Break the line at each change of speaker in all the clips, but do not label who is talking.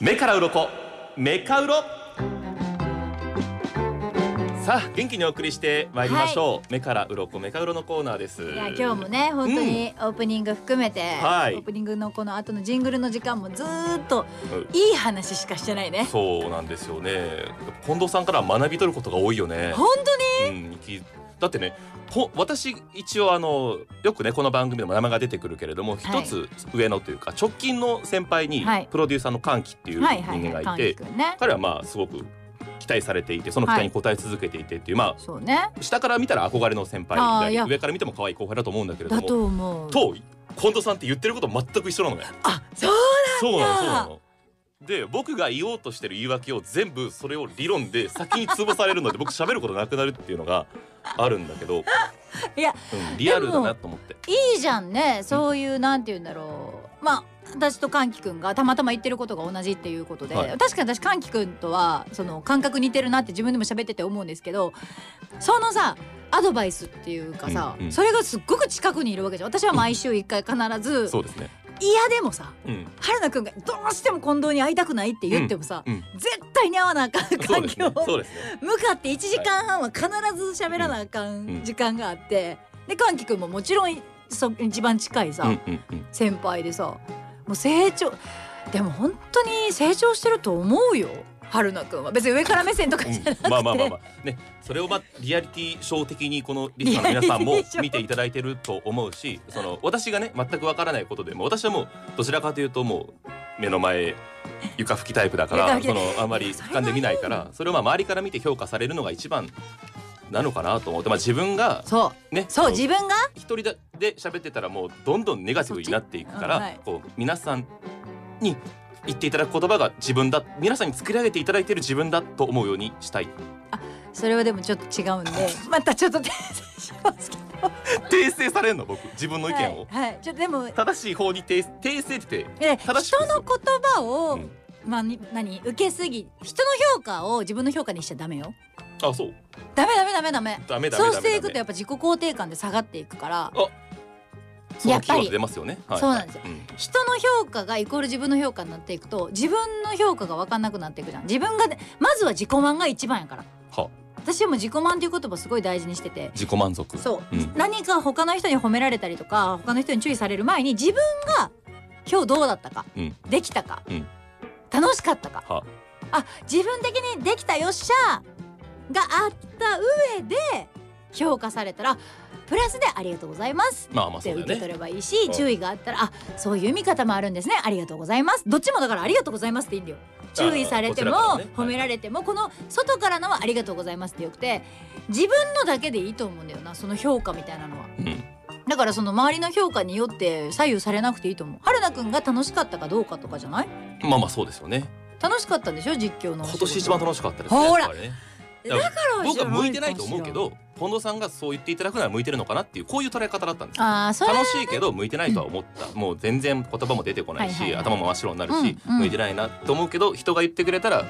目から鱗メカウロさあ元気にお送りしてまいりましょう、目から鱗メカウロのコーナーです
いや今日もね本当にオープニング含めて、
はい
オープニングのこの後のジングルの時間もずーっと
うん
いい話しかしてないね
そうなんですよね近藤さんからは学び取ることが多いよね
本当に
うん、生きだってねほ私一応あのよくねこの番組でも名前が出てくるけれども一、
はい
つ上のというか直近の先輩に
はい
プロデューサーの歓喜っていう人
はいはい
間
は
が
い
いて、
短期くんね
彼はまあすごく期待されていてその期待に応え続けていてっていう、ま
そうね
あ下から見たら憧れの先輩
あーい
であ
や
り上から見ても可愛い後輩だと思うんだけれど
だ
もと
と思う
近藤さんって言ってること全く一緒なのね。
あそう
そうなのそうなので僕が言おうとしてる言い訳を全部それを理論で先に潰されるので僕喋ることなくなるっていうのがあるんだけど
いや、
うん、リアルだなと思って
いいじゃんねそういうなんて言うんだろうまあ私と歓喜くんがたまたま言ってることが同じっていうことで、
はい
確かに私歓喜くんとはその感覚似てるなって自分でも喋ってて思うんですけどそのさアドバイスっていうかさ、
うんうん
それがすっごく近くにいるわけじゃん私は毎週1回必ず
そうですね
嫌でもさ
うん
春菜くんがどうしても近藤に会いたくないって言ってもさ、
うん
絶対に会わなあかん
そう
環
です
境
ね
を
そうですね
向かって1時間半は必ず喋らなあか
うんん
時間があってで歓喜くんももちろんそ一番近いさ、
うんうんうん
先輩でさもう成長でも本当に成長してると思うよ春菜くんは別に上から目線とかじゃなくて、
うんまあまあまあまあねそれをまあリアリティショー的にこのリスナーの皆さん
リア
も
リティショー
見ていただいてると思うしその私がね全くわからないことでも私はもうどちらかというともう目の前床拭きタイプだか
床
ら
拭き
そのあんまり
それ
俯
は
瞰で見ないからそれをまあ周りから見て評価されるのが一番なのかなと思ってまあ自分が
そう
ね
そう
の
自分が
一人でで喋ってたらもうどんどんネガティブになっていくから、
そっち
こう皆さんに言っていただく言葉が自分だ皆さんに作り上げていただいている自分だと思うようにしたい
それはでもちょっと違 うんでまたちょっと訂正しますけど
訂正されるの僕自分の意見を、
はい、はい、ちょっとでも
正しい方に訂訂正って言って
え人
正しく
の言葉を、
うん
まあに何受けすぎ人の評価を自分の評価にしちゃダメよ
あそう
ダメダメダメダメ
ダメダメ
そう
ダメ
してい
ダ
くと
メ
やっぱ自己肯定感で下がっていくから
その
やっ
キー
ぱり
ワード出ますよね、
そうなんですよ
よ、うん
人の評価がイコール自分の評価になっていくと自分の評価が分かんなくなっていくじゃん自分がねまずは自己満が一番やから
は
私はもう自己満っていう言葉すごい大事にしてて
自己満足
そ
う
う、
ん
何か他の人に褒められたりとか他の人に注意される前に自分が今日どうだったか、
うん
できたか、
うん
楽しかったか
は
あ自分的にできたよっしゃがあった上で評価されたらプラスでありがとうございます
まあまあ
っ
そ
て
う
受
だ
け
よ
取
ね
ればいいし、
うん
注意があったらあそういう見方もあるんですねありがとうございますどっちもだからありがとうございますっていいんだよ注意されても
こちらからね
褒められてもこの外からのはありがとうございますってよくて自分のだけでいいと思うんだよなその評価みたいなのは
うん
だからその周りの評価によって左右されなくていいと思う春菜くんが楽しかったかどうかとかじゃない
まあまあそうですよね
楽しかったんでしょ実況の
今年一番楽しかったですね
ほら
やっぱりね
だから
僕は向いてないと思うけど近藤さんがそう言っていただくなら向いてるのかなっていうこういう捉え方だったんですよ
ああそれ
楽しいけど向いてないとは思った、もう全然言葉も出てこないし、
はいはいはい
頭も真っ白になるし、
うんうん
向いてないなと思うけど人が言ってくれたら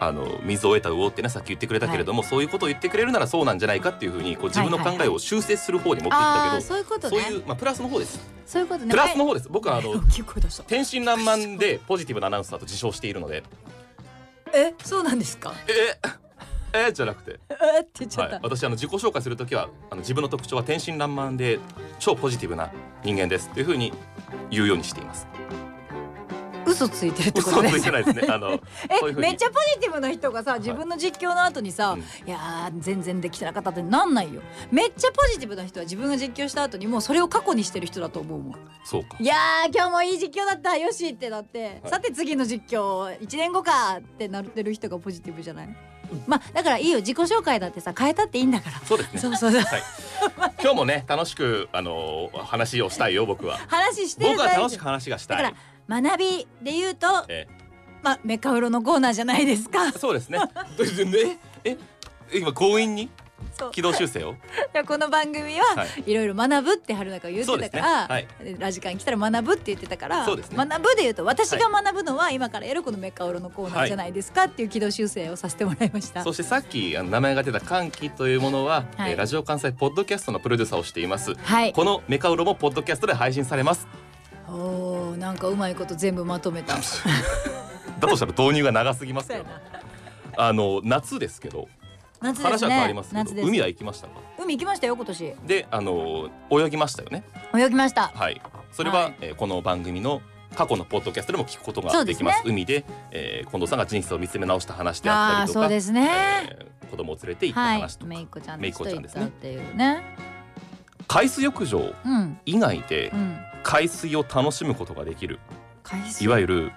あの水を得た魚ってねさっき言ってくれたけれども、そういうことを言ってくれるならそうなんじゃないかっていうふうにこう自分の考えを修正する方に持っていった
あ
け
ー
ど、
そういうこと
そう
ね
いう、まあ、プラスの方です
そういうことね
プラスの方です僕はあ
大
の
きい声出した
天真爛漫でポジティブなアナウンサーと自称しているので
えそうなんですか
えええじゃなくて
えって言っちゃっ
は
た、
い、私あの自己紹介するときはあの自分の特徴は天真爛漫で超ポジティブな人間ですというふうに言うようにしています。
嘘ついてるってこ
嘘
と
をつ
で
い
す
てないですね。あのそうい
え
うふうに
めっちゃポジティブな人がさ自分の実況の後にさ、
うん
い、やー全然できてなかったってなんないよめっちゃポジティブな人は自分が実況した後にもうそれを過去にしてる人だと思うもん
そうか
いやー今日もいい実況だったよしってなって、
はい
さて次の実況1年後かってなってる人がポジティブじゃない、まあだからいいよ自己紹介だってさ変えたっていいんだから
そうですね。
そうそうそう
はい。今日もね楽しくあの話をしたいよ僕は。
話してる
僕は
大
楽
事
しく話がし
だ
た
か
い。
ら学びで言うと
え
まあメカウロのコーナーじゃないですか
そうですね。ということでねええ今強引に
そう
軌道修正を。
だからこの番組は、、
はい
ろいろ学ぶって春中言ってたから、
そう
ラジカン来たら学ぶって言ってたから、
そうですね
学ぶで言うと私が学ぶのは今からやるこのメカオロのコーナーじゃないですかっていう軌道修正をさせてもらいました。
そしてさっきあの名前が出た歓喜というものは、
はい
えーラジオ関西ポッドキャストのプロデューサーをしています。
はい、
このメカウロもポッドキャストで配信されます。
おーなんかうまいこと全部まとめた
だとしたら導入が長すぎますよね
そうや
あの夏ですけど
夏で
話
す
は変わり
ね
ますけ
夏
ど
です
海は行きましたか
海行きましたよ今年
であの泳ぎましたよね
泳ぎました
はいそれは、
はい
えーこの番組の過去のポッドキャストでも聞くこと
そ
が
う
で
で
すき
ね
ます海で、えー近藤さんが人生を見つめ直した話であっ
ああ
たり
ー
と
そ
か
うですね
えー子供を連れて行った
はい
話とか、
めいこちゃん
め
の
い
人
こちゃ
行
ん
っ
です
たっ
ね
ていうね
海水浴場
うん
以外で
うん
海水を楽しむことができる
海
い
水
わゆる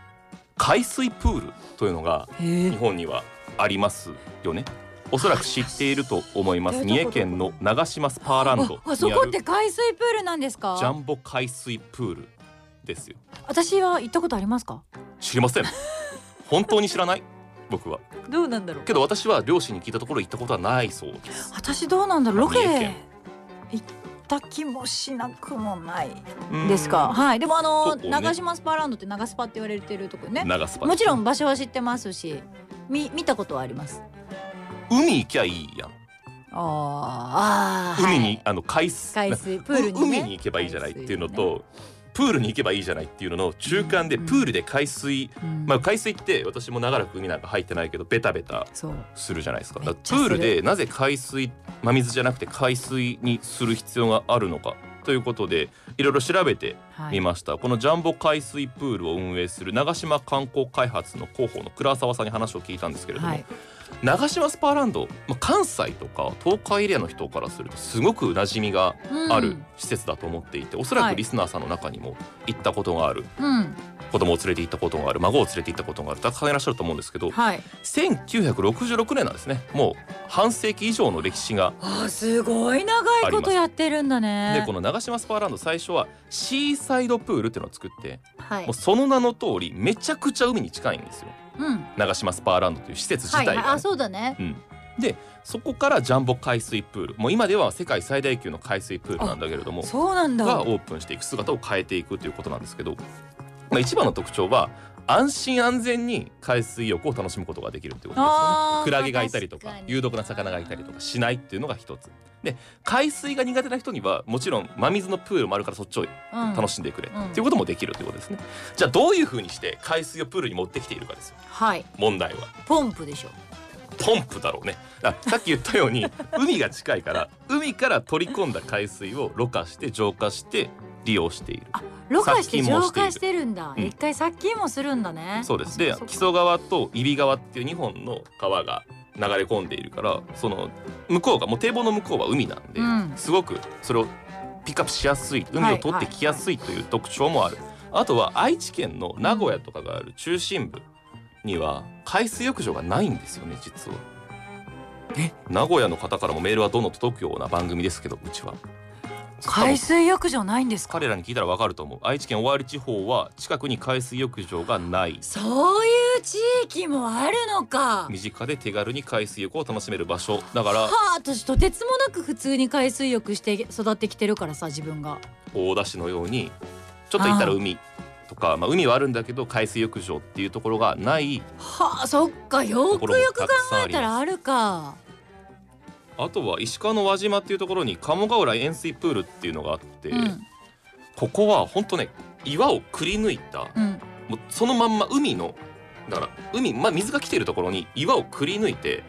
海水プールというのが
へ
日
え
本にはありますよねおそらく知っていると思います
あ
三重県の長島スパーランド
ああそ
にあ
こっ
る
て海水プールなんですか
ジャンボ海水プールですよ
私は行ったことありますか
知りません本当に知らない僕は
どうなんだろう
けど私は両親に聞いたところ行ったことはないそうです
私どうなんだろうロケ
三重県
行った気もしなくもない
うん
ですかはいでもあ
そ
の、
うね
長島スパーランドって長スパって言われてるとこね
長スパ
もちろん場所は知ってますしみ見たことはあります
海行きゃいいやん
あーあー
海に、
はい
あの海水
海水プールに、ね、
海に行けばいいじゃないっていうの
海水ね、
と、プールに行けばいいじゃないっていうのの中間で
う
プ
ん
ールで海水、
うん
まあ海水って私も長らく海なんか入ってないけどベタベタ
そう
するじゃないですか
めっ
だか
ちゃ
ら
す
プ
る
ールでなぜ海水真水じゃなくて海水にする必要があるのかということでいろいろ調べて
は
みました、このジャンボ海水プールを運営する長島観光開発の広報の倉沢さんに話を聞いたんですけれども、
はい
長島スパーランド、まあ、関西とか東海エリアの人からするとすごく馴染みがある施設だと思っていて、おそら
は
く
い
リスナーさんの中にも行ったことがある、
うん、うん
子供を連れて行ったことがある孫を連れて行ったことがあるたくさんいらっしゃると思うんですけど
はい
1966年なんですねもう半世紀以上の歴史が
あーすごい長いことやってるんだね
でこの長島スパーランド最初はシーサイドプールっていうのを作って
はい
もうその名の通りめちゃくちゃ海に近いんですよ
うん
長島スパーランドという施設自
は
体
い
が
は
ね、
いあそうだね
そこからジャンボ海水プールもう今では世界最大級の海水プールなんだけれども
そうなんだ
がオープンしていく姿を変えていくということなんですけど、まあ、一番の特徴は安心安全に海水浴を楽しむことができるということですよね。
あー
クラゲがいたりとか
確に
有毒な魚がいたりとかしないっていうのが一つで海水が苦手な人にはもちろん真水のプールもあるからそっちを
うん
楽しんでくれ、
うん
っていうこともできるということですねじゃあどういうふうにして海水をプールに持ってきているかですよ
はい
問題は
ポンプでしょ
ポンプだろうねあさっき言ったよう に海が近いから海から取り込んだ海水をろ過して浄化して利用している
ろ過し
殺菌
て
も
浄
している
化してるんだ
うん
一回殺菌もするんだね
そうですで
あそっか
木曽川と揖斐川っていう2本の川が流れ込んでいるからその向こうがもう堤防の向こうは海なんで、
うん
すごくそれをピックアップしやすい海を取ってきやすいという特徴もある、あとは愛知県の名古屋とかがある中心部には海水浴場がないんですよね実は。名古屋の方からもメールはどんどん届くような番組ですけどうちは。
海水浴場ないんですか
彼らに聞いたらわかると思う愛知県尾張地方は近くに海水浴場がない
そういう地域もあるのか
身近で手軽に海水浴を楽しめる場所だから
はあ私とてつもなく普通に海水浴して育ってきてるからさ自分が
大田市のようにちょっと行ったら
ああ
海とかまあ、海はあるんだけど海水浴場っていうところがない
はあそっか
と
よ
こ
く
ろも
よく
た
考
くさんあ
え
り
たら
ます
あるか
あとは石川の輪島っていうところに鴨ヶ浦塩水プールっていうのがあって、
うん
ここは本当ね岩をくり抜いた
うん
もうそのまんま海のだから海、まあ、水が来てるところに岩をくり抜いて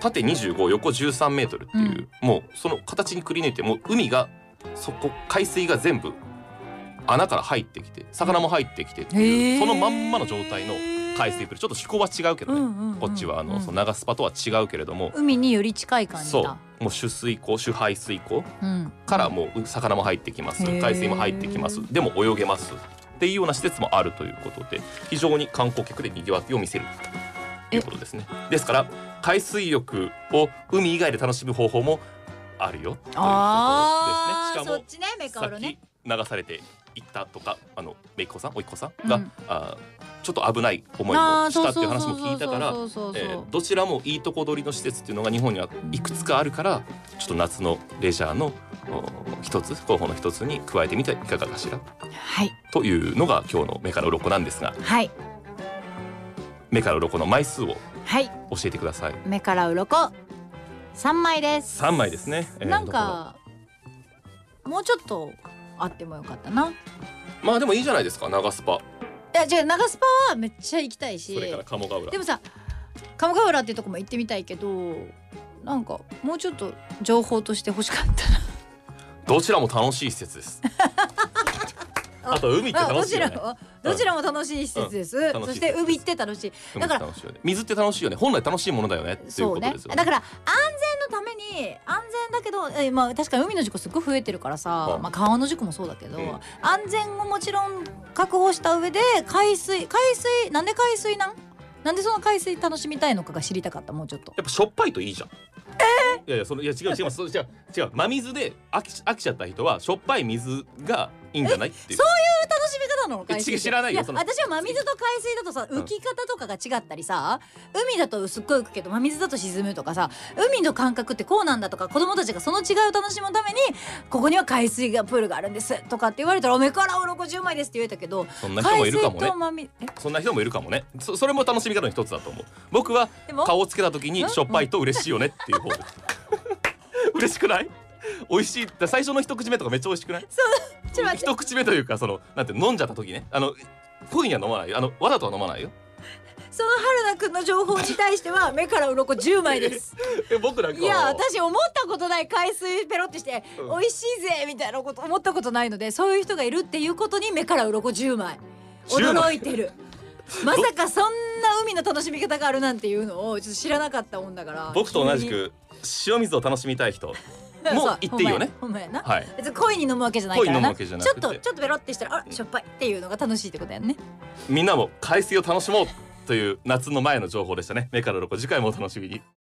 縦25横13メートルっていう、もうその形にくり抜いてもう海がそこ海水が全部穴から入ってきて魚も入ってきてっていう、
へえ
そのまんまの状態の海水プールちょっと趣向は違うけど
うん
ね、
うんうん
こっちはあの、
うん
その長スパとは違うけれども、
海により近い感じ
そう
だ
もう取水口取排水口
うん
からもう魚も入ってきます
へー
海水も入ってきますでも泳げますっていうような施設もあるということで非常に観光客で賑わいを見せるということですねですから海水浴を海以外で楽しむ方法もあるよという
ああ
こと
そ
で
っ
す
ちねメ
ねしか
カオ
もさっ
ロね
き流されていったとかあのめいっ子さんおいっ子さんが、
うん
あーちょっと危ない思い
あ
も
ー
し
そ
た
う
って
そ
いうう話
そうそ
も
う
聞いたから
そうそうそう
えーどちらもいいとこ取りの施設っていうのが日本にはいくつかあるからちょっと夏のレジャーのお一つ候補の一つに加えてみてはいかがかしら
はい
というのが今日の「目から鱗なんですが
はい
「目から鱗の枚数を
はい
教えてください
目から鱗三枚です
3枚ですね、えー
なん
だら
かもうちょっとあってもよかったな
まあでもいいじゃないですか長スパ
や違う長スパはめっちゃ行きたいし
それから鴨川浦
でもさ鴨川浦っていうとこも行ってみたいけどなんかもうちょっと情報として欲しかったな
どちらも楽しい施設ですあと海って
あ
楽
ど
しい
ち
よ
ら
ね
もどちらも楽しい施設です、
楽しい
そ
施設
し
で
て
す
海って楽しい
海って楽しいよね水って楽しいよね本来楽しいものだよねっていう
そ
こ
う
と
ね
ですよね
だから安全のために安全だけどえまあ確かに海の事故すっごい増えてるからさ、
うん
まあ川の事故もそうだけど、
うん
安全をもちろん確保した上で海水海水なんで海水なんなんでその海水楽しみたいのかが知りたかったもうちょっと
やっぱしょっぱいといいじゃん。いやいやそのいや違う違うそう違う違う真水で飽き飽きちゃった人はしょっぱい水がいいんじゃないっていう。
楽しみ方なの海水
え違う知らないよ
や
その
私は真水と海水だとさ
うん
浮き方とかが違ったりさ、海だとすっごい浮くけど真水だと沈むとかさ海の感覚ってこうなんだとか子供たちがその違いを楽しむためにここには海水がプールがあるんですとかって言われたら「お目から鱗10枚です」って言えたけど
そんな人も
海
い
水
るかもね
と。真水え
そんな人もいるかもね。そそれも楽しみ方の一つだと思う。僕は
でも
顔をつけた時にしょっぱいと嬉しいよねっていう方。 嬉しくない？美味しい。だから最初の一口目とかめっちゃ美味しくない？
ちょっと待って
一口目というかそのなんて飲んじゃった時ね。あの恋には飲まないよ。あのわざとは飲まないよ。
その春菜くんの情報に対しては目から鱗10枚です。
え僕なんか
い
は
や私思ったことない海水ペロってして
うん
美味しいぜみたいなこと思ったことないのでそういう人がいるっていうことに目から鱗10枚
10枚
驚いてるまさかそんな海の楽しみ方があるなんていうのをちょっと知らなかったもんだから
僕と同じく塩水を楽しみたい人もう言っていいよね。
ほんまやな
はい。
別に恋に飲むわけじゃないか
恋
ら
に飲む
な
わけ
ち
じ
ょ
ゃ
っ
なくて
とちょっとペロってしたらあしょっぱいっていうのが楽しいってことやんね
みんなも海水を楽しもうという夏の前の情報でしたね。目から鱗次回もお楽しみに。